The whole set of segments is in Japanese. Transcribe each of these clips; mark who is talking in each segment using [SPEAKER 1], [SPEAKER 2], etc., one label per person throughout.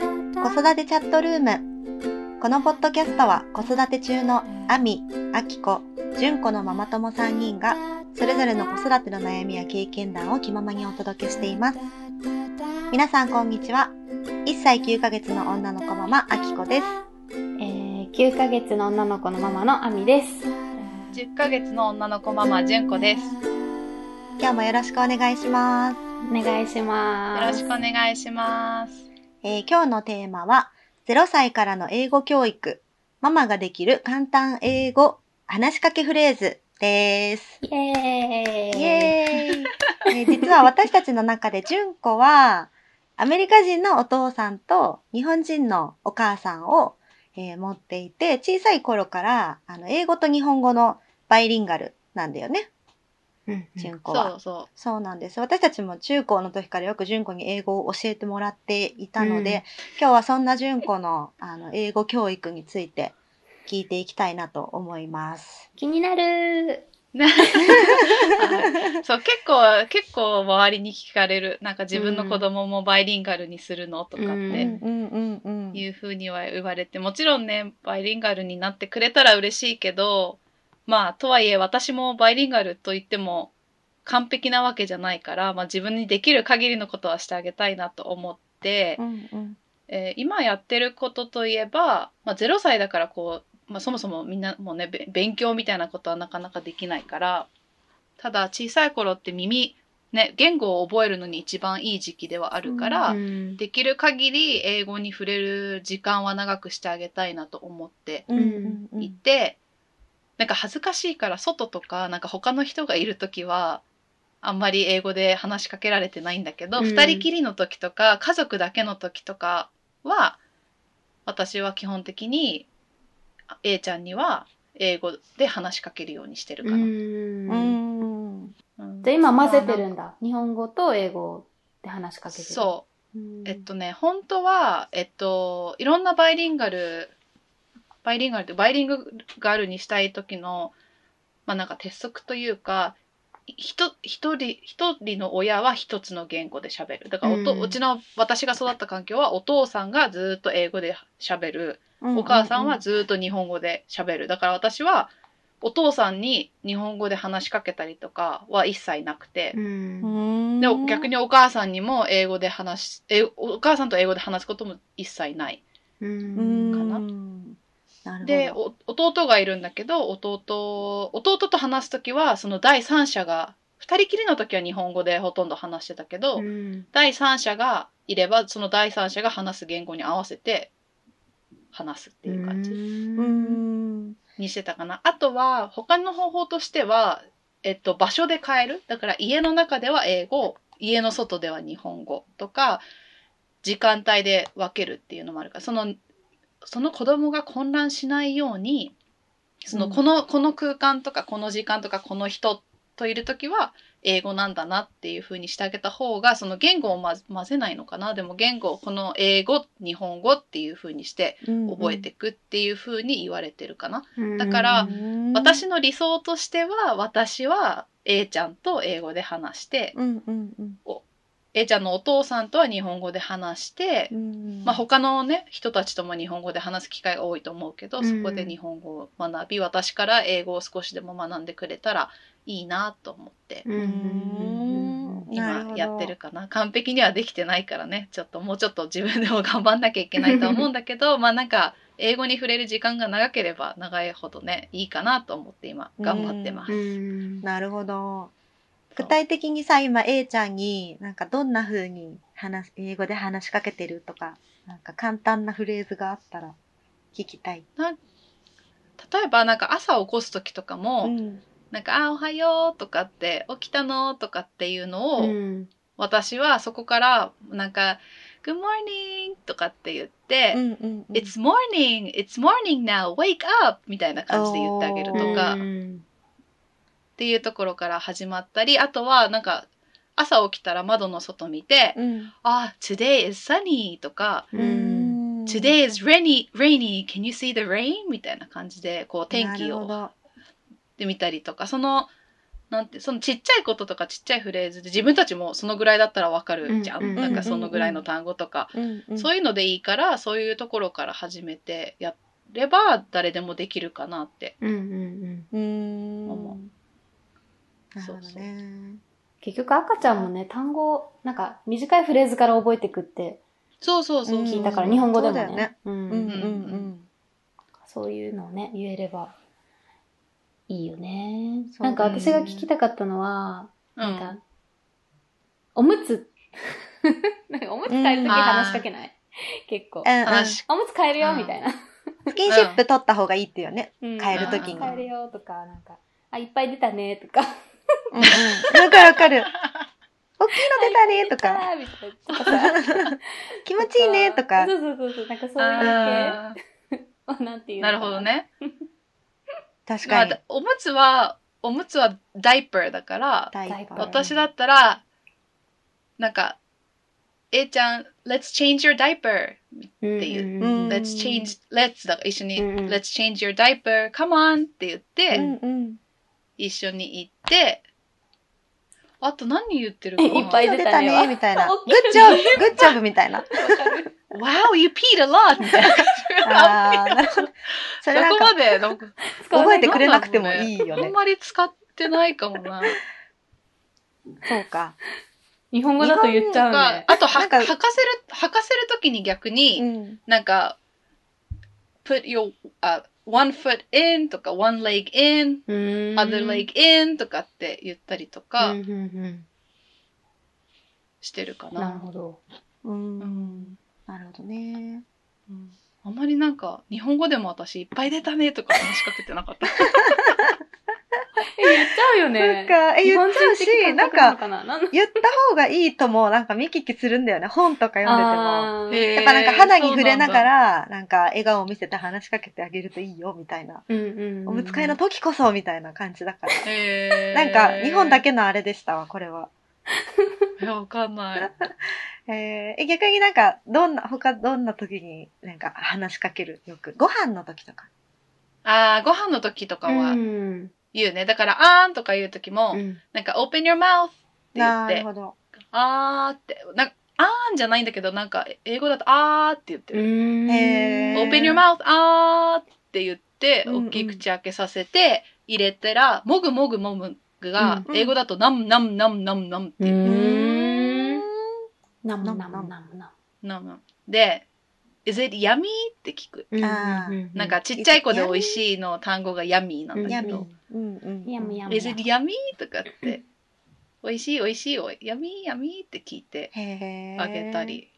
[SPEAKER 1] 育てチャットルームこのポッドキャストは子育て中のアミ、アキコ、ジュンコのママ友3人がそれぞれの子育ての悩みや経験談を気ままにお届けしています皆さんこんにちは1歳9ヶ月の女の子ママアキコです
[SPEAKER 2] えー、9ヶ月の女の子のママのあみです。
[SPEAKER 3] 10ヶ月の女の子ママ、じゅんこです。よ
[SPEAKER 1] 今日もよろしくお願いします
[SPEAKER 2] お願いしま
[SPEAKER 3] ろ
[SPEAKER 2] す。
[SPEAKER 3] しくお願いします。
[SPEAKER 1] えー今日のテーマは0歳からの英語教育ママができる簡単英語話しかけフレーズです。
[SPEAKER 2] イエーイ
[SPEAKER 1] イエーイ、 えー実は私たちの中で純子はアメリカ人のお父さんと日本人のお母さんを、えー持っていて小さい頃からあの英語と日本語のバイリンガルなんだよね
[SPEAKER 2] うんうん
[SPEAKER 1] 純子は。
[SPEAKER 3] そうそ
[SPEAKER 1] そうなんです。私たちも中高の時からよく純子に英語を教えてもらっていたので、
[SPEAKER 2] うん
[SPEAKER 1] 今日はそんな純子のあの英語教育について聞いていきたいなと思います。
[SPEAKER 2] 気になる
[SPEAKER 3] う。はいそう、結構、結構周りに聞かれる。なんか自分の子供もバイリンガルにするのとかっ
[SPEAKER 2] う
[SPEAKER 1] うん
[SPEAKER 3] て。
[SPEAKER 1] んうんうん
[SPEAKER 3] いうふうには言われてもちろんねバイリンガルになってくれたら嬉しいけどまあとはいえ私もバイリンガルと言っても完璧なわけじゃないから、まあ、自分にできる限りのことはしてあげたいなと思って、
[SPEAKER 1] うんうん
[SPEAKER 3] えー今やってることといえば、まあ、0歳だからこう、まあ、そもそもみんなもうねべ勉強みたいなことはなかなかできないからただ小さい頃って耳、ね、言語を覚えるのに一番いい時期ではあるから、
[SPEAKER 2] うん
[SPEAKER 3] できる限り英語に触れる時間は長くしてあげたいなと思って
[SPEAKER 1] うんうんう
[SPEAKER 3] い
[SPEAKER 1] ん
[SPEAKER 3] て、なんか恥ずかしいから外とかなんか他の人がいる時はあんまり英語で話しかけられてないんだけど、
[SPEAKER 2] うん
[SPEAKER 3] 2人きりの時とか家族だけの時とかは私は基本的にあ A ちゃんには英語で話しかけるようにしてるか
[SPEAKER 2] う。
[SPEAKER 3] な。
[SPEAKER 1] うんん
[SPEAKER 3] うん
[SPEAKER 2] じゃあ今混ぜてるんだ。日本語と英語で話しかけてる。
[SPEAKER 3] そう
[SPEAKER 2] うん。
[SPEAKER 3] えっとね、本当は、えっと、いろんなバイリンガル、バイリンガルって、バイリンガルにしたい時の、まあなんか鉄則というか、ひと一人、一人の親は一つの言語で喋る。だからおと、
[SPEAKER 2] う
[SPEAKER 3] うんちの、私が育った環境は、お父さんがずっと英語で喋る。お母さんはずっと日本語で喋る。だから私は、お父さんに日本語で話しかけたりとかは一切なくて
[SPEAKER 2] う、。
[SPEAKER 1] うんん
[SPEAKER 3] で逆にお母さんにも英語で話しえお母さんと英語で話すことも一切ない。
[SPEAKER 2] う。
[SPEAKER 1] うんん
[SPEAKER 3] かな
[SPEAKER 1] なるほど
[SPEAKER 3] でお弟がいるんだけど弟弟と話す時はその第三者が2人きりの時は日本語でほとんど話してたけど、
[SPEAKER 2] うん
[SPEAKER 3] 第三者がいればその第三者が話す言語に合わせて話すっていう感じ
[SPEAKER 1] う
[SPEAKER 2] うん
[SPEAKER 1] ん
[SPEAKER 3] にしてたかな。あとは他の方法としては、えっと、場所で変えるだから家の中では英語家の外では日本語とか時間帯で分けるっていうのもあるからそのその子供が混乱しないようにその
[SPEAKER 1] うん
[SPEAKER 3] この,、この空間とかこの時間とかこの人といる時は英語なんだなっていう風にしてあげた方がその言語をま混ぜないのかなでも言語をこの英語日本語っていう風にして覚えていくっていう風に言われてるかな。だから
[SPEAKER 1] うん
[SPEAKER 3] 私の理想としては私は A ちゃんと英語で話して
[SPEAKER 1] うんうんうん
[SPEAKER 3] A ちゃんのお父さんとは日本語で話して
[SPEAKER 1] う、ん
[SPEAKER 3] まあ、他のね人たちとも日本語で話す機会が多いと思うけど、
[SPEAKER 2] うん
[SPEAKER 3] そこで日本語を学び私から英語を少しでも学んでくれたらいいなと思って
[SPEAKER 2] うんうん
[SPEAKER 1] なるほ
[SPEAKER 3] 今
[SPEAKER 1] ど
[SPEAKER 3] やってるかな完璧にはできてないからねちょっともうちょっと自分でも頑張んなきゃいけないとは思うんだけど まあなんか英語に触れる時間が長ければ長いほどねいいかなと思って今頑張ってます。
[SPEAKER 2] うん
[SPEAKER 1] なるほど。
[SPEAKER 3] そう
[SPEAKER 1] 具体的にさ、今 A ちゃんになんかどんな風に話す、英語で話しかけてるとか、なんか簡単なフレーズがあったら聞きたい。
[SPEAKER 3] 例えばなんか朝起こす時とかも、
[SPEAKER 1] うん。
[SPEAKER 3] なんか「あおはよう」とかって「起きたの?」とかっていうのを、
[SPEAKER 2] うん
[SPEAKER 3] 私はそこからなんか「Good morning」とかって言って「
[SPEAKER 1] うんうんうん。
[SPEAKER 3] It's morning It's morning now wake up」みたいな感じで言ってあげるとか、
[SPEAKER 2] う
[SPEAKER 3] っ
[SPEAKER 2] ん
[SPEAKER 3] ていうところから始まったりあとはなんか朝起きたら窓の外見て
[SPEAKER 1] うん。
[SPEAKER 3] 「あ、Today is sunny」とか
[SPEAKER 2] うん
[SPEAKER 3] Today is rainy, rainy, can you see the rain? みたいな感じで、こう天気
[SPEAKER 1] なるほ
[SPEAKER 3] を
[SPEAKER 1] ど
[SPEAKER 3] で見たりとかそのなんて、そのちっちゃいこととかちっちゃいフレーズで自分たちもそのぐらいだったらわかるじゃん。
[SPEAKER 2] うんうんうん
[SPEAKER 3] なんかそのぐらいの単語とか、
[SPEAKER 1] うんうん
[SPEAKER 3] そういうのでいいから、そういうところから始めてやれば誰でもできるかなって。
[SPEAKER 2] うんうんうん。
[SPEAKER 1] うーん
[SPEAKER 3] 思
[SPEAKER 1] なるほどね
[SPEAKER 2] 結局赤ちゃんもね、単語、なんか短いフレーズから覚えていくって
[SPEAKER 3] そうそうそう。
[SPEAKER 2] 聞いたから、日本語でも
[SPEAKER 1] そうだよね
[SPEAKER 2] ね。う
[SPEAKER 1] うんうん
[SPEAKER 2] ん。
[SPEAKER 1] うん
[SPEAKER 2] そういうのをね、言えればいいよね。
[SPEAKER 1] そう
[SPEAKER 2] なんか
[SPEAKER 1] うん
[SPEAKER 2] 私が聞きたかったのは、
[SPEAKER 3] う
[SPEAKER 2] なん
[SPEAKER 3] ん。
[SPEAKER 2] か、おむつ、 なんかおむつ替えるとき話しかけない結構。
[SPEAKER 1] うんうん
[SPEAKER 3] 話、
[SPEAKER 2] おむつ替えるよ
[SPEAKER 3] うん
[SPEAKER 2] みたいな。
[SPEAKER 1] スキンシップ取った方がいいっていうね
[SPEAKER 2] 変
[SPEAKER 1] 変える
[SPEAKER 2] と
[SPEAKER 1] と
[SPEAKER 3] きに
[SPEAKER 2] 変えるよとか、なんか、あ、いっぱい出たねとか、
[SPEAKER 1] うんうんわかるわかる大きいの出たねとか
[SPEAKER 2] あーみたいな。とかさ
[SPEAKER 1] 気持ちいいねとか
[SPEAKER 2] そうそうそうそう、なんかそういう
[SPEAKER 3] あ
[SPEAKER 2] 系を なんていう
[SPEAKER 3] ー
[SPEAKER 2] の
[SPEAKER 3] な
[SPEAKER 2] か
[SPEAKER 3] るほど。ね。
[SPEAKER 1] 確
[SPEAKER 3] ま
[SPEAKER 1] か
[SPEAKER 3] あ
[SPEAKER 1] に
[SPEAKER 3] だおむつは、おむつはダイパーだから、
[SPEAKER 1] タイ
[SPEAKER 2] タイプ
[SPEAKER 1] プ
[SPEAKER 3] 私だったら、なんか、えいちゃん、let's change your diaper
[SPEAKER 2] って
[SPEAKER 3] いう
[SPEAKER 1] うん
[SPEAKER 3] let's change let's だから一緒に、
[SPEAKER 2] うんうん
[SPEAKER 3] let's change your diaper come on って言って、
[SPEAKER 1] うんうん
[SPEAKER 3] 一緒に行ってあと何言ってるかな
[SPEAKER 2] えいっぱい
[SPEAKER 1] 出
[SPEAKER 2] 出
[SPEAKER 1] た
[SPEAKER 2] たね
[SPEAKER 1] ねみたいなグッ
[SPEAKER 2] 大きい
[SPEAKER 1] ジョブグッジョブみたいな
[SPEAKER 3] Wow you peed a lot みたいな感じ
[SPEAKER 1] あーなるほどそ
[SPEAKER 3] そ
[SPEAKER 1] れなん
[SPEAKER 3] こ
[SPEAKER 1] か
[SPEAKER 3] までなんか
[SPEAKER 1] 覚えてくれなくてもいいよ
[SPEAKER 3] あん
[SPEAKER 1] ね
[SPEAKER 3] まり使ってないかもな
[SPEAKER 1] そうか
[SPEAKER 2] 日本語だと言っちゃう
[SPEAKER 3] なん
[SPEAKER 2] ね
[SPEAKER 3] か。あとは
[SPEAKER 1] なん
[SPEAKER 3] 履
[SPEAKER 1] か
[SPEAKER 3] かせる履かせる時に逆に、
[SPEAKER 1] うん
[SPEAKER 3] なんか put your、uh, one foot in とか one leg in
[SPEAKER 2] うーん
[SPEAKER 3] other leg in とかって言ったりとか
[SPEAKER 2] うんうん
[SPEAKER 3] してるか
[SPEAKER 2] うんなる
[SPEAKER 3] な。
[SPEAKER 2] ほど。
[SPEAKER 1] うん
[SPEAKER 3] うん
[SPEAKER 1] なるほどね
[SPEAKER 3] うんあんまりなんか日本語でも私いっぱい出たねとか話しかけてなかった。
[SPEAKER 2] え、言っちゃうよ
[SPEAKER 1] な
[SPEAKER 2] ね
[SPEAKER 1] ん。かえ
[SPEAKER 2] 日
[SPEAKER 1] 言
[SPEAKER 2] 本
[SPEAKER 1] っちゃう
[SPEAKER 2] 人的
[SPEAKER 1] しなん
[SPEAKER 2] 感覚なの
[SPEAKER 1] か
[SPEAKER 2] かななんか、
[SPEAKER 1] 言った方がいいともなんか見聞きするんだよね本とか読んでても。
[SPEAKER 2] あー
[SPEAKER 3] へー
[SPEAKER 1] やっぱなんか肌に触れながら、なんか笑顔を見せて話しかけてあげるといいよ、みたいな。
[SPEAKER 2] うんうんうん
[SPEAKER 1] おむつ替えの時こそ、みたいな感じだから。
[SPEAKER 3] へ
[SPEAKER 1] なんか、日本だ
[SPEAKER 3] け。
[SPEAKER 1] けのあれでしたわ、これは。
[SPEAKER 3] いやわかん ない。
[SPEAKER 1] えーえ逆になんか、どんな、他どんな時になんか話しかけるよく。ご飯の時とか。
[SPEAKER 3] ああ、ご飯の時とか
[SPEAKER 2] う
[SPEAKER 3] は
[SPEAKER 2] ん
[SPEAKER 3] 言うね。だから、あーんとか言う時も、
[SPEAKER 2] うん
[SPEAKER 3] なんか、open your mouth って言っ
[SPEAKER 1] なる
[SPEAKER 3] て、
[SPEAKER 1] ほど。
[SPEAKER 3] あーって、なんか、あーんじゃないんだけど、なんか、英語だと、あーって言ってる。
[SPEAKER 1] へー
[SPEAKER 3] open your mouth あーって言って、
[SPEAKER 1] うんうん
[SPEAKER 3] 大きい口開けさせて、入れたら、もぐもぐもぐが、
[SPEAKER 1] うんうん
[SPEAKER 3] 英語だと、ナムナムナムナムナムって言う。
[SPEAKER 2] うん。なむ
[SPEAKER 1] な
[SPEAKER 2] な
[SPEAKER 1] む
[SPEAKER 2] むなむな
[SPEAKER 3] ナムで、is it yummy? って聞く。
[SPEAKER 2] む。
[SPEAKER 1] あー
[SPEAKER 2] うう
[SPEAKER 3] なんか、、ちっちゃい子で美味しいの単語が yummy なんだ
[SPEAKER 1] や
[SPEAKER 3] け
[SPEAKER 1] み
[SPEAKER 3] ど、。
[SPEAKER 1] うんうん。
[SPEAKER 2] やむやむ
[SPEAKER 3] is it yummy? とかって、美味しい美味しいおい、yummy yummy って聞いて
[SPEAKER 1] へー
[SPEAKER 3] あげた。り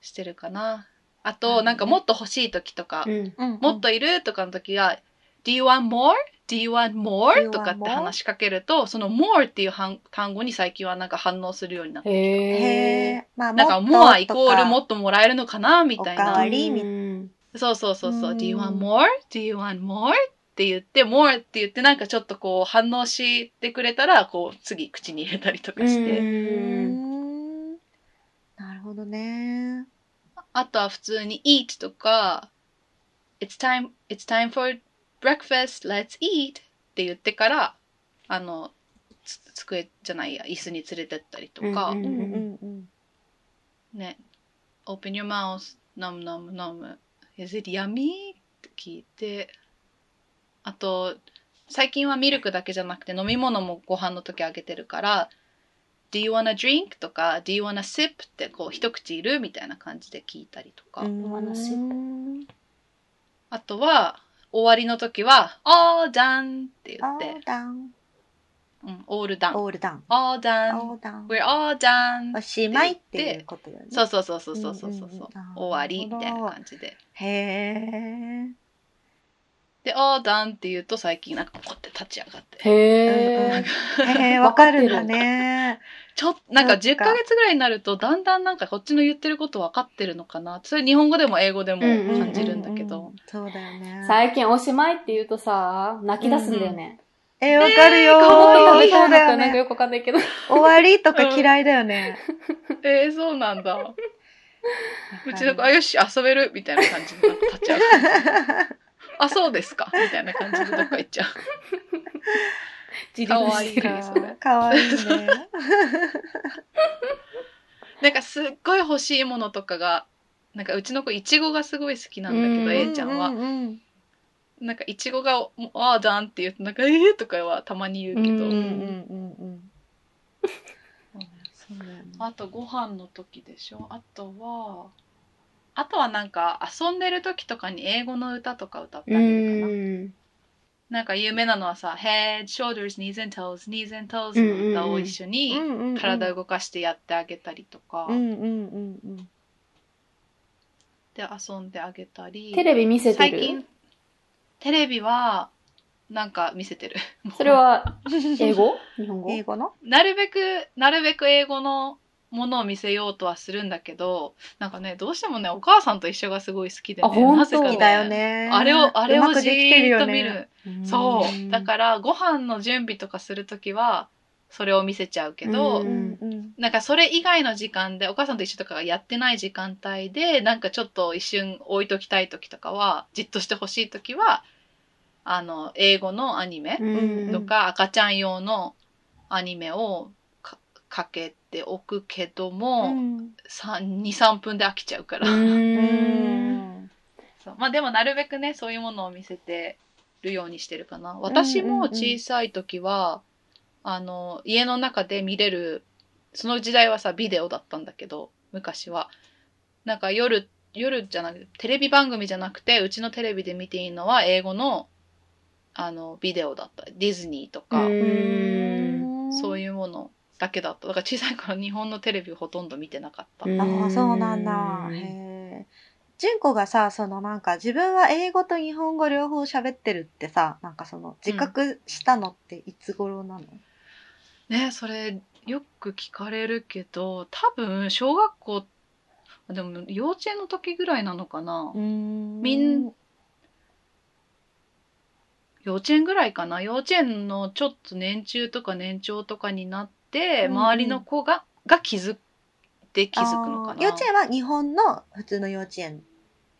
[SPEAKER 3] してるかな。あ
[SPEAKER 1] なるほ
[SPEAKER 3] と、
[SPEAKER 1] ど
[SPEAKER 3] なんかもっと欲しい時とか
[SPEAKER 2] う、ん。
[SPEAKER 1] うんうん
[SPEAKER 3] もっといるとかの時が、do you want more? Do you want more?
[SPEAKER 1] you want
[SPEAKER 3] とかって
[SPEAKER 1] more？
[SPEAKER 3] 話しかけると、その more っていう反単語に最近はなんか反応するようになって、
[SPEAKER 1] へ
[SPEAKER 2] へー。
[SPEAKER 1] ーまあ、
[SPEAKER 3] なんか
[SPEAKER 1] もっと
[SPEAKER 3] more イコールも
[SPEAKER 1] と
[SPEAKER 3] っともらえるのかなみたい
[SPEAKER 1] おか
[SPEAKER 3] な
[SPEAKER 1] わ。りみ
[SPEAKER 2] み
[SPEAKER 3] そうそうそうそうう。
[SPEAKER 1] ん
[SPEAKER 3] Do you want more? Do you want more? って言って、more って言って、なんかちょっとこう反応してくれたら、こう次口に入れたりとかして。
[SPEAKER 1] か。うー
[SPEAKER 2] て。
[SPEAKER 1] んなるほどね。
[SPEAKER 3] あとは普通に eat とか、it's time, it's time for breakfast, let's eat って言ってから、あの、つ机じゃないや、椅子に連れてったりとか、
[SPEAKER 2] うん
[SPEAKER 1] うんうんうん。
[SPEAKER 3] ね、open your mouth, num num num, is it yummy? って聞いて、あと、最近はミルクだけじゃなくて飲み物もご飯の時あげてるから、do you wanna drink? とか、do you wanna sip? ってこう一口いるみたいな感じで聞いたりとか。
[SPEAKER 1] お
[SPEAKER 2] 話
[SPEAKER 3] あとは、終わりの時は、all done って言
[SPEAKER 1] オ
[SPEAKER 3] って
[SPEAKER 1] ー、ダン。
[SPEAKER 3] うん、all done。
[SPEAKER 1] オールダン。
[SPEAKER 3] all
[SPEAKER 1] オ
[SPEAKER 3] done。
[SPEAKER 1] ーダン。
[SPEAKER 3] we're all done
[SPEAKER 1] お。しまいっていうことよね。
[SPEAKER 3] そうそうそうそうそうそうそう。
[SPEAKER 1] うんうんうんあー
[SPEAKER 3] 終わり
[SPEAKER 1] なるほど
[SPEAKER 3] みたいな感じで。
[SPEAKER 1] へえ。
[SPEAKER 3] で、all done って言うと最近なんかポコって立ち上がって。
[SPEAKER 1] うんう
[SPEAKER 2] へ
[SPEAKER 1] ん
[SPEAKER 2] ー。
[SPEAKER 1] へえ、わかるんだね。
[SPEAKER 3] ちょっと、なんか
[SPEAKER 1] そっ
[SPEAKER 3] 10
[SPEAKER 1] か
[SPEAKER 3] ヶ月ぐらいになると、だんだんなんかこっちの言ってること分かってるのかな。それ日本語でも英語でも
[SPEAKER 2] うんうんうん
[SPEAKER 3] 感じるんだけど。
[SPEAKER 1] ううう。そうだよね。
[SPEAKER 2] 最近おしまいって言うとさ、泣き出すんだよね。
[SPEAKER 1] え、わかるよ。
[SPEAKER 3] えー
[SPEAKER 2] もっと食べ
[SPEAKER 1] そ
[SPEAKER 2] た
[SPEAKER 1] うだ
[SPEAKER 2] いの
[SPEAKER 1] よ
[SPEAKER 2] かなんか
[SPEAKER 1] ね。
[SPEAKER 2] よくわかんないけど。
[SPEAKER 1] 終わりとか嫌いだよね。
[SPEAKER 3] えー、そうなんだ。うちの子、
[SPEAKER 1] わ
[SPEAKER 3] あ、
[SPEAKER 1] かる
[SPEAKER 3] よし、遊べるみたいな感じでなんか立 ち上がって。あ、そうですかみたいな感じでどっか行っちゃう。
[SPEAKER 2] 自立
[SPEAKER 3] かわ
[SPEAKER 2] し
[SPEAKER 3] い
[SPEAKER 2] て
[SPEAKER 3] い
[SPEAKER 2] る。
[SPEAKER 3] ですね。
[SPEAKER 1] かわい いね。
[SPEAKER 3] なんかすっごい欲しいものとかがなんかうちの子いちごがすごい好きなんだけ
[SPEAKER 2] う
[SPEAKER 3] ど、
[SPEAKER 2] ん
[SPEAKER 3] A ちゃんは、
[SPEAKER 1] ううん
[SPEAKER 3] なんかいちごが「もうああだん」って言うとなんか「えー」とかはたまに言うけど、
[SPEAKER 1] うん
[SPEAKER 2] う
[SPEAKER 1] うんう
[SPEAKER 2] ん
[SPEAKER 1] んうん。そうだよね
[SPEAKER 3] あとご飯の時でしょあとはあとはなんか遊んでる時とかに英語の歌とか歌ってあげるかな。
[SPEAKER 2] ん。
[SPEAKER 3] なんか有名なのはさ「Head, Shoulders, Knees and Toes, Knees and Toes」の歌を一緒に
[SPEAKER 1] うんうんうん
[SPEAKER 3] 体を動かしてやってあげたりとか、
[SPEAKER 1] うんうんうんうん。
[SPEAKER 3] で遊んであげたり
[SPEAKER 2] テレビ見せて
[SPEAKER 3] 最
[SPEAKER 2] る
[SPEAKER 3] 近テレビはなんか見せてる
[SPEAKER 2] それは英語日本語
[SPEAKER 1] 英語の
[SPEAKER 3] なるべくなるべく英語のものを見せようとはするんだけどなんかねどうしてもねお母さんと一緒がすごい好きで、
[SPEAKER 2] あ
[SPEAKER 3] ね、
[SPEAKER 2] ほんと
[SPEAKER 3] なぜか
[SPEAKER 1] 好きだよね。
[SPEAKER 3] あれをあれ
[SPEAKER 1] う
[SPEAKER 3] を
[SPEAKER 1] ま
[SPEAKER 3] じ
[SPEAKER 1] くできてる
[SPEAKER 3] ー
[SPEAKER 1] よ
[SPEAKER 3] っと
[SPEAKER 1] ね
[SPEAKER 3] 見る、そうだからご飯の準備とかするときはそれを見せちゃうけど、
[SPEAKER 2] うん
[SPEAKER 1] うんうん。
[SPEAKER 3] なんかそれ以外の時間でお母さんと一緒とかがやってない時間帯でなんかちょっと一瞬置いときたい時とかはじっとしてほしい時はあの英語のアニメ
[SPEAKER 2] う
[SPEAKER 1] う
[SPEAKER 2] ん
[SPEAKER 1] ん
[SPEAKER 3] とか、赤ちゃん用のアニメをかかけておくけども、
[SPEAKER 1] ん
[SPEAKER 3] 23分で飽きちゃうから、
[SPEAKER 1] う
[SPEAKER 2] うん
[SPEAKER 1] ん。
[SPEAKER 3] そうまあでもなるべくねそういうものを見せてるようにしてるかな私も小さい時は、あの家の中で見れるその時代はさビデオだったんだけど昔はなんか夜夜じゃなくてテレビ番組じゃなくてうちのテレビで見ていいのは英語のあのビデオだったディズニーとか、
[SPEAKER 2] うん
[SPEAKER 3] そう
[SPEAKER 1] いう。
[SPEAKER 3] いうものだけだっただから小さい頃日本のテレビほとんど見てなかった、
[SPEAKER 2] うん
[SPEAKER 1] ああ、そうなんだ。
[SPEAKER 2] うん
[SPEAKER 1] へえ。純子がさ、そのなんか自分は英語と日本語両方喋ってるってさ、なんかその自覚したのっていつ頃なの
[SPEAKER 3] ねそれよく聞かれるけど多分小学校あでも幼稚園の時ぐらいなのかな、み
[SPEAKER 1] み
[SPEAKER 3] ん幼稚園ぐらいかな幼稚園のちょっと年中とか年長とかになって、
[SPEAKER 1] うんうん
[SPEAKER 3] 周りの子がが気づって気づくのかな
[SPEAKER 1] 幼稚園は日本の普通の幼稚園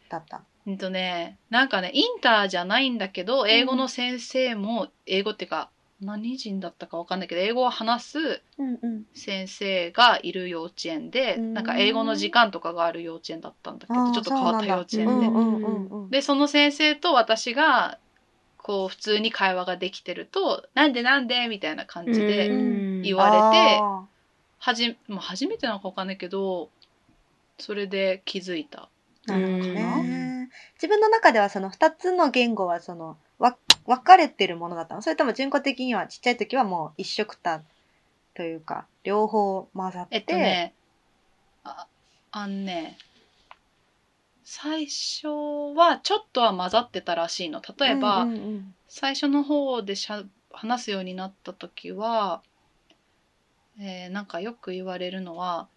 [SPEAKER 1] だった。
[SPEAKER 3] うんとねなんかねインターじゃないんだけど英語の先生も、英語っていうか何人だったかわかんないけど英語を話す
[SPEAKER 1] うんうん。
[SPEAKER 3] 先生がいる幼稚園で、
[SPEAKER 1] うん
[SPEAKER 3] なんか英語の時間とかがある幼稚園だったんだけ
[SPEAKER 1] あー
[SPEAKER 3] どちょっと変わった幼稚
[SPEAKER 1] う
[SPEAKER 3] 園
[SPEAKER 1] ん
[SPEAKER 3] で、
[SPEAKER 2] そうなんだ
[SPEAKER 1] うんうん。
[SPEAKER 3] でその先生と私がこう普通に会話ができてると「なんでなんで?」みたいな感じで言われて、
[SPEAKER 1] あ
[SPEAKER 3] はじまあ初めてなのかわかんないけどそれで気づいた。
[SPEAKER 1] ーなるほど
[SPEAKER 2] う
[SPEAKER 1] ね。自分の中ではその2つの言語はそのわ分かれてるものだったのそれとも純子的にはちっちゃい時はもう一緒くたというか両方混ざって。
[SPEAKER 3] えっとねああんね最初はちょっとは混ざってたらしいの例えば、
[SPEAKER 1] うんうん
[SPEAKER 3] 最初の方でしゃ話すようになった時は、えーなんかよく言われるのは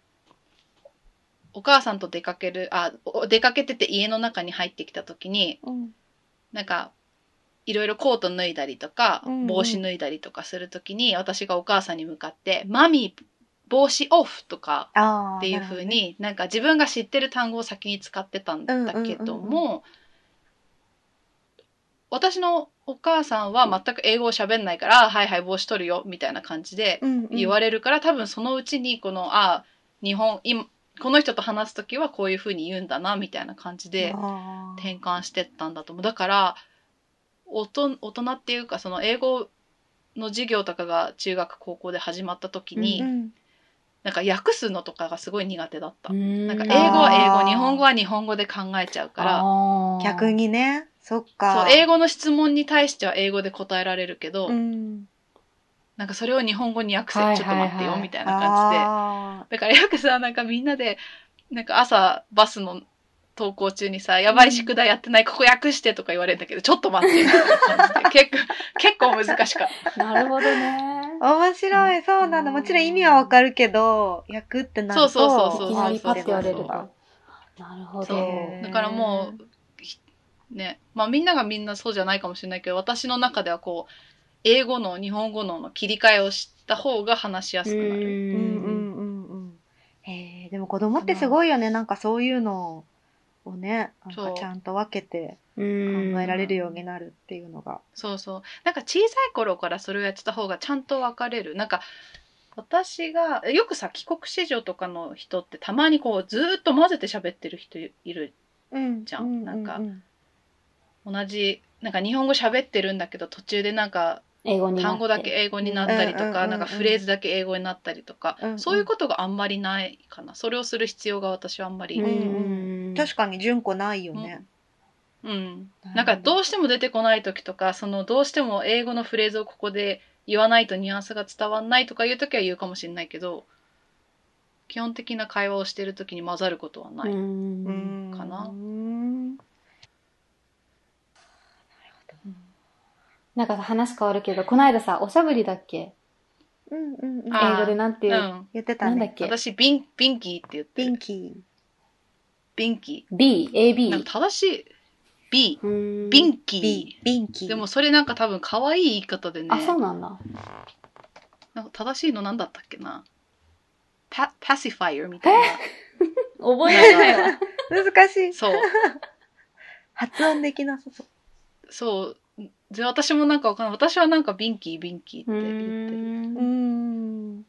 [SPEAKER 3] お母さんと出かけるあお出かけてて家の中に入ってきた時に
[SPEAKER 1] うん
[SPEAKER 3] なんかいろいろコート脱いだりとか
[SPEAKER 1] うんうん
[SPEAKER 3] 帽子脱いだりとかする時に、私がお母さんに向かって「マミー帽子オフ」とか
[SPEAKER 1] あー
[SPEAKER 3] っていう風になんか自分が知ってる単語を先に使ってたんだけども、私のお母さんは全く英語を喋んないから「あはいはい帽子取るよ」みたいな感じで言われるから、多分そのうちにこの「あ日本今この人と話す時はこういう風に言うんだな」みたいな感じ
[SPEAKER 1] れ
[SPEAKER 3] で転換してったんだと思う。だから大人大人っていうかその英語の授業とかが中学高校で始まった時に、なんか訳すのとかがすごい苦手だった。なんか英語は英
[SPEAKER 1] あー
[SPEAKER 3] 語、日本語は日本語で考えちゃうから、
[SPEAKER 2] ら
[SPEAKER 1] 逆にねそっ
[SPEAKER 3] そ
[SPEAKER 1] か。
[SPEAKER 3] う、英語の質問に対しては英語で答えられるけど、
[SPEAKER 1] うん
[SPEAKER 3] なんかそれを日本語に訳せ、
[SPEAKER 2] はいはい
[SPEAKER 3] ちょっと待ってよ
[SPEAKER 2] はい、
[SPEAKER 3] みたいな感じで。
[SPEAKER 1] あ
[SPEAKER 3] だからよくさ、なんかみんなで、なんか朝、バスの登校中にさ、やばい宿題やってない、ここ訳してとか言われるんだけど、ちょっと待ってみたいな感じで、結構、結構難しかった。
[SPEAKER 2] なるほど ね。
[SPEAKER 1] ー面白いそうなんだもちろん意味はわかるけど役ってなると
[SPEAKER 3] そうそうそうそう
[SPEAKER 2] いきなりパッて言われる
[SPEAKER 3] そ
[SPEAKER 2] と
[SPEAKER 3] うそうそ。
[SPEAKER 2] なるほ
[SPEAKER 3] そう
[SPEAKER 1] へ
[SPEAKER 2] ど。
[SPEAKER 1] ー
[SPEAKER 3] だからもうひねまあみんながみんなそうじゃないかもしれないけど私の中ではこう英語の日本語のの切り替えをした方が話しやすくなる。
[SPEAKER 1] うんうんうんうん。へえ、でも子供ってすごいよね。なんかそういうのををね、なんか
[SPEAKER 3] そう
[SPEAKER 1] ちゃんと分けて
[SPEAKER 4] 考
[SPEAKER 1] 考え
[SPEAKER 4] え
[SPEAKER 1] られるようになるっていうのが。
[SPEAKER 3] そうそうなんか小さい頃からそれをやってた方がちゃんと分かれるなんか私がよくさ帰国子女とかの人ってたまにこうずーっと混ぜて喋ってる人いる
[SPEAKER 1] うん
[SPEAKER 3] じゃんなんか同じなんか日本語喋ってるんだけど途中でなんか
[SPEAKER 2] 英語になって
[SPEAKER 3] 単語だけ英語になったり
[SPEAKER 1] うん
[SPEAKER 3] と
[SPEAKER 1] うんうん
[SPEAKER 3] か、
[SPEAKER 1] うん
[SPEAKER 3] なんかフレーズだけ英語になったりとか、
[SPEAKER 1] うんうん
[SPEAKER 3] そういうことがあんまりないかなそれをする必要が私はあんまり、
[SPEAKER 1] う
[SPEAKER 3] うんん
[SPEAKER 1] うん確かに純子ないよね。
[SPEAKER 3] なんかどうしても出てこない時とかそのどうしても英語のフレーズをここで言わないとニュアンスが伝わんないとかいう時は言うかもしれないけど基本的な会話をしてる時に混ざることはない、
[SPEAKER 1] う
[SPEAKER 2] に
[SPEAKER 1] ん
[SPEAKER 3] かな
[SPEAKER 1] うん
[SPEAKER 2] なんかさ話変わるけどこの間さおしゃぶりだっけ
[SPEAKER 1] うんうんうん。
[SPEAKER 3] あー
[SPEAKER 2] 英語でなんて
[SPEAKER 3] う
[SPEAKER 2] い
[SPEAKER 3] ん
[SPEAKER 2] う、
[SPEAKER 1] 言ってた
[SPEAKER 2] なんだっ
[SPEAKER 1] ね。
[SPEAKER 2] け
[SPEAKER 3] 私ビンビンキーって言って
[SPEAKER 1] ピン
[SPEAKER 3] る
[SPEAKER 1] キ
[SPEAKER 3] ビンキ
[SPEAKER 2] B
[SPEAKER 3] ーなん
[SPEAKER 2] AB
[SPEAKER 3] か正しい B ビ
[SPEAKER 4] ビ
[SPEAKER 3] ン
[SPEAKER 1] ー。
[SPEAKER 3] キ
[SPEAKER 1] ビー。ビンキ
[SPEAKER 3] ー
[SPEAKER 1] ー。
[SPEAKER 3] でもそれなんか多分可愛い言い方でね
[SPEAKER 2] あそうなんだ
[SPEAKER 3] なんか正しいのなんだったっけなパパシファイアみたい
[SPEAKER 2] 覚えられない わ
[SPEAKER 1] 難しい
[SPEAKER 3] な。 そう
[SPEAKER 1] 発音できなさそう。
[SPEAKER 3] そうで私もなんかわかんない私はなんかビンキービンキーって
[SPEAKER 4] う
[SPEAKER 3] 言って
[SPEAKER 1] う
[SPEAKER 3] る
[SPEAKER 1] ー
[SPEAKER 4] ん
[SPEAKER 1] ん。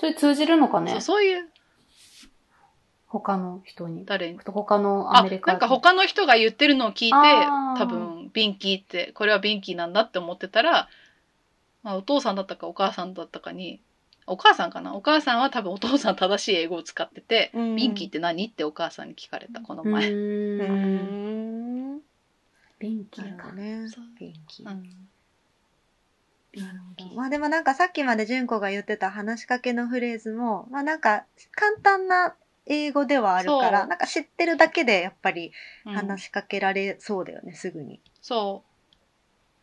[SPEAKER 2] それ通じるのかね
[SPEAKER 3] そうそういう
[SPEAKER 2] 他の人に
[SPEAKER 3] 誰に
[SPEAKER 2] 他のア
[SPEAKER 3] あ
[SPEAKER 2] メリカ
[SPEAKER 3] なんか他の人が言ってるのを聞いて
[SPEAKER 2] あー
[SPEAKER 3] 多分ビンキーってこれはビンキーなんだって思ってたら、まあ、お父さんだったかお母さんだったかにお母さんかなお母さんは多分お父さん正しい英語を使ってて、
[SPEAKER 1] うん
[SPEAKER 3] ビンキーって何ってお母さんに聞かれたこの
[SPEAKER 2] う
[SPEAKER 3] 前、
[SPEAKER 1] うー
[SPEAKER 2] ーん
[SPEAKER 1] ん。
[SPEAKER 2] ビンキ
[SPEAKER 1] な
[SPEAKER 2] ー
[SPEAKER 1] る
[SPEAKER 2] か
[SPEAKER 1] ほどね
[SPEAKER 3] そう。
[SPEAKER 1] ピンキー
[SPEAKER 3] う。ん
[SPEAKER 2] ビンキー
[SPEAKER 1] まあでもなんかさっきまで純子が言ってた話しかけのフレーズも、まあなんか簡単な英語ではあるか
[SPEAKER 3] そ
[SPEAKER 1] ら、
[SPEAKER 3] う
[SPEAKER 1] なんか知ってるだけでやっぱり
[SPEAKER 3] うん
[SPEAKER 1] 話しかけられそうだよね、すぐに。
[SPEAKER 3] そ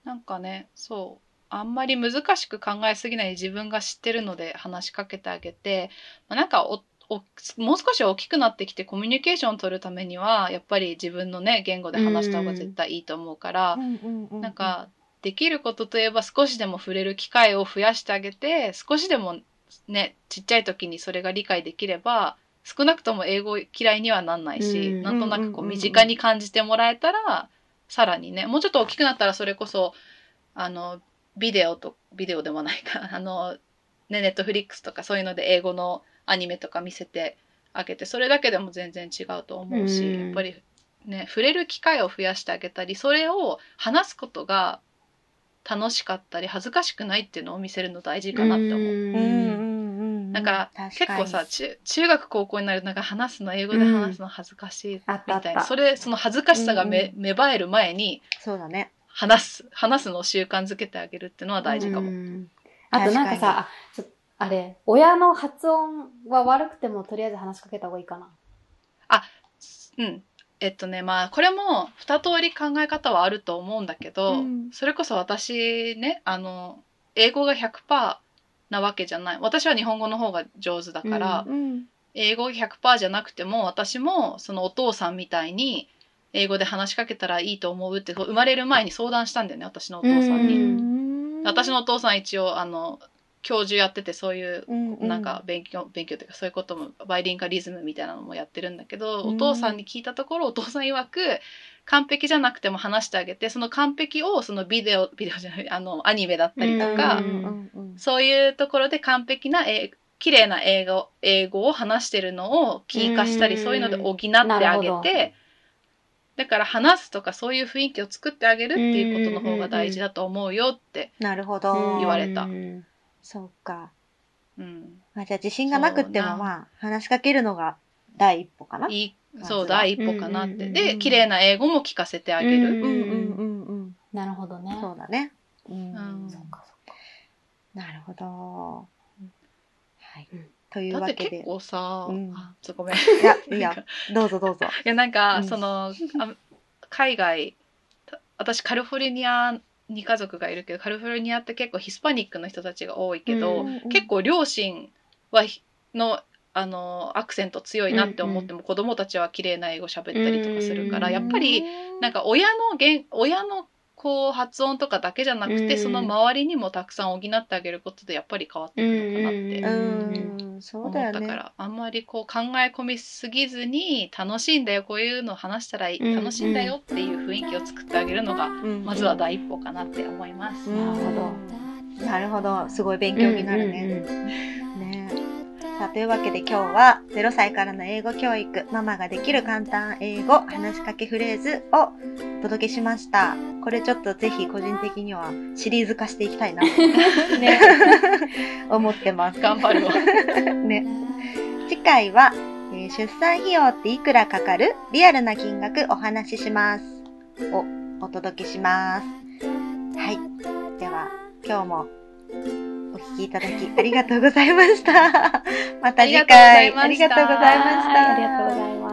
[SPEAKER 3] う。なんかね、そう。あんまり難しく考えすぎない自分が知ってるので話しかけてあげて、まあ、なんかおおもう少し大きくなってきてコミュニケーションを取るためにはやっぱり自分のね言語で話した方が絶対いいと思うから、なんかできることといえば少しでも触れる機会を増やしてあげて少しでもねちっちゃい時にそれが理解できれば少なくとも英語嫌いにはなんないし、
[SPEAKER 4] うん
[SPEAKER 3] なんとなく
[SPEAKER 1] うんうんう
[SPEAKER 3] こ
[SPEAKER 1] んう
[SPEAKER 3] うん身近に感じてもらえたらさらにねもうちょっと大きくなったらそれこそあのビデオとビデオでもないか あのねネットフリックスとかそういうので英語のアニメとか見せてあげてそれだけでも全然違うと思うし、
[SPEAKER 4] うん
[SPEAKER 3] やっぱりね触れる機会を増やしてあげたりそれを話すことが楽しかったり恥ずかしくないっていうのを見せるの大事かなって思う。
[SPEAKER 1] うんうんうん。
[SPEAKER 3] なんか結構さ中中学高校になるとなんか話すの英語で話すの恥ずかしいみ
[SPEAKER 2] あったあった
[SPEAKER 3] いな、それその恥ずかしさがめ、芽生える前に
[SPEAKER 1] そうだね。
[SPEAKER 3] 話す話すのを習慣づけてあげるっていうのは大事かも、
[SPEAKER 4] うん
[SPEAKER 2] あとなんかさ、あちょあれ、親の発音は悪くてもとりあえず話しかけた方がいいかな。
[SPEAKER 3] うんえっとねまあこれも二通り考え方はあると思うんだけど、
[SPEAKER 1] うん
[SPEAKER 3] それこそ私ねあの英語が100%なわけじゃない私は日本語の方が上手だから、
[SPEAKER 4] う
[SPEAKER 1] うん。
[SPEAKER 3] 英語100%じゃなくても私もそのお父さんみたいに英語で話しかけたらいいと思うってこう生まれる前に相談したんだよね私のお父さんに。
[SPEAKER 4] うん
[SPEAKER 3] 私のお父さん一応あの教授やっててそういうなんか、勉強、勉強というかそういうこともバイリンガリズムみたいなのもやってるんだけど、
[SPEAKER 1] うん
[SPEAKER 3] お父さんに聞いたところお父さん曰く完璧じゃなくても話してあげてその完璧をそのビデオビデオじゃないあのアニメだったりとか、
[SPEAKER 4] うん
[SPEAKER 3] そういうところで完璧な英綺麗な英語英語を話してるのをキー化したり、
[SPEAKER 4] うん
[SPEAKER 3] そういうので補ってあげ
[SPEAKER 2] なるほど
[SPEAKER 3] てだから話すとかそういう雰囲気を作ってあげるっていうことの方が大事だと思うよって、
[SPEAKER 1] なるほど。
[SPEAKER 3] 言われた
[SPEAKER 4] うん
[SPEAKER 1] そうか。
[SPEAKER 3] うん、
[SPEAKER 1] まあじゃあ自信がなくって
[SPEAKER 3] そ
[SPEAKER 1] も
[SPEAKER 3] うな
[SPEAKER 1] まあ話しかけるのが第一歩かな。
[SPEAKER 3] いい
[SPEAKER 1] まずは
[SPEAKER 3] そう第一歩かなって、
[SPEAKER 4] うんうんうん
[SPEAKER 3] で綺麗な英語も聞かせてあげ
[SPEAKER 1] うんうん
[SPEAKER 3] る、
[SPEAKER 1] うんうん。
[SPEAKER 2] なるほどね。
[SPEAKER 1] そうだね。うん
[SPEAKER 3] うん
[SPEAKER 2] そっかそっか
[SPEAKER 1] なるほど。はい
[SPEAKER 4] うん。
[SPEAKER 1] という
[SPEAKER 3] だっ
[SPEAKER 1] わ
[SPEAKER 3] て
[SPEAKER 1] け
[SPEAKER 3] 結
[SPEAKER 1] で。
[SPEAKER 3] 構さ、
[SPEAKER 1] うん
[SPEAKER 3] あちょっとごめん
[SPEAKER 1] いや、いや、どうぞどうぞ。
[SPEAKER 3] いやなんか、
[SPEAKER 1] うん
[SPEAKER 3] そのあ海外た私カリフォルニアに家族がいるけどカリフォルニアって結構ヒスパニックの人たちが多いけど、
[SPEAKER 4] うん
[SPEAKER 3] 結構両親はひのあのアクセント強いなって思っても、子供たちは綺麗な英語喋ったりとかするから、
[SPEAKER 4] うん
[SPEAKER 3] やっぱりなんか親の言親のこう発音とかだけじゃなくて、
[SPEAKER 2] うん
[SPEAKER 3] その周りにもたくさん補ってあげることでやっぱり変わってくるのかなって
[SPEAKER 1] う
[SPEAKER 2] うん
[SPEAKER 1] ん、そ
[SPEAKER 3] 思
[SPEAKER 1] う
[SPEAKER 3] っ
[SPEAKER 1] だ
[SPEAKER 3] た
[SPEAKER 1] よ
[SPEAKER 3] か
[SPEAKER 1] ね。
[SPEAKER 3] ら、あんまりこう考え込みすぎずに楽しいんだよこういうの話したらいい、
[SPEAKER 2] うん
[SPEAKER 3] 楽しいんだよっていう雰囲気を作ってあげるのが
[SPEAKER 1] うん
[SPEAKER 3] まずは第一歩かなって思います。
[SPEAKER 1] うん
[SPEAKER 2] なるほど。
[SPEAKER 1] なるほど、すごい勉強になるね。
[SPEAKER 2] うんうん
[SPEAKER 1] ねさあというわけで今日は0歳からの英語教育ママができる簡単英語話しかけフレーズをお届けしましたこれちょっとぜひ個人的にはシリーズ化していきたいな
[SPEAKER 2] うんね。
[SPEAKER 1] と 思ってます
[SPEAKER 3] 頑張るわ。
[SPEAKER 1] ね次回は、えー出産費用っていくらかかるリアルな金額お話ししますをお届けしますはいでは今日もお聞きいただきありがとうございました また次回
[SPEAKER 3] あ
[SPEAKER 1] あ
[SPEAKER 3] り
[SPEAKER 1] り
[SPEAKER 3] が
[SPEAKER 1] がと
[SPEAKER 3] とう
[SPEAKER 1] う
[SPEAKER 3] ご
[SPEAKER 1] ご
[SPEAKER 3] ざ
[SPEAKER 1] ざ
[SPEAKER 3] い
[SPEAKER 1] い
[SPEAKER 3] ま
[SPEAKER 1] ま
[SPEAKER 3] し
[SPEAKER 1] したた
[SPEAKER 2] はいありがとうございます。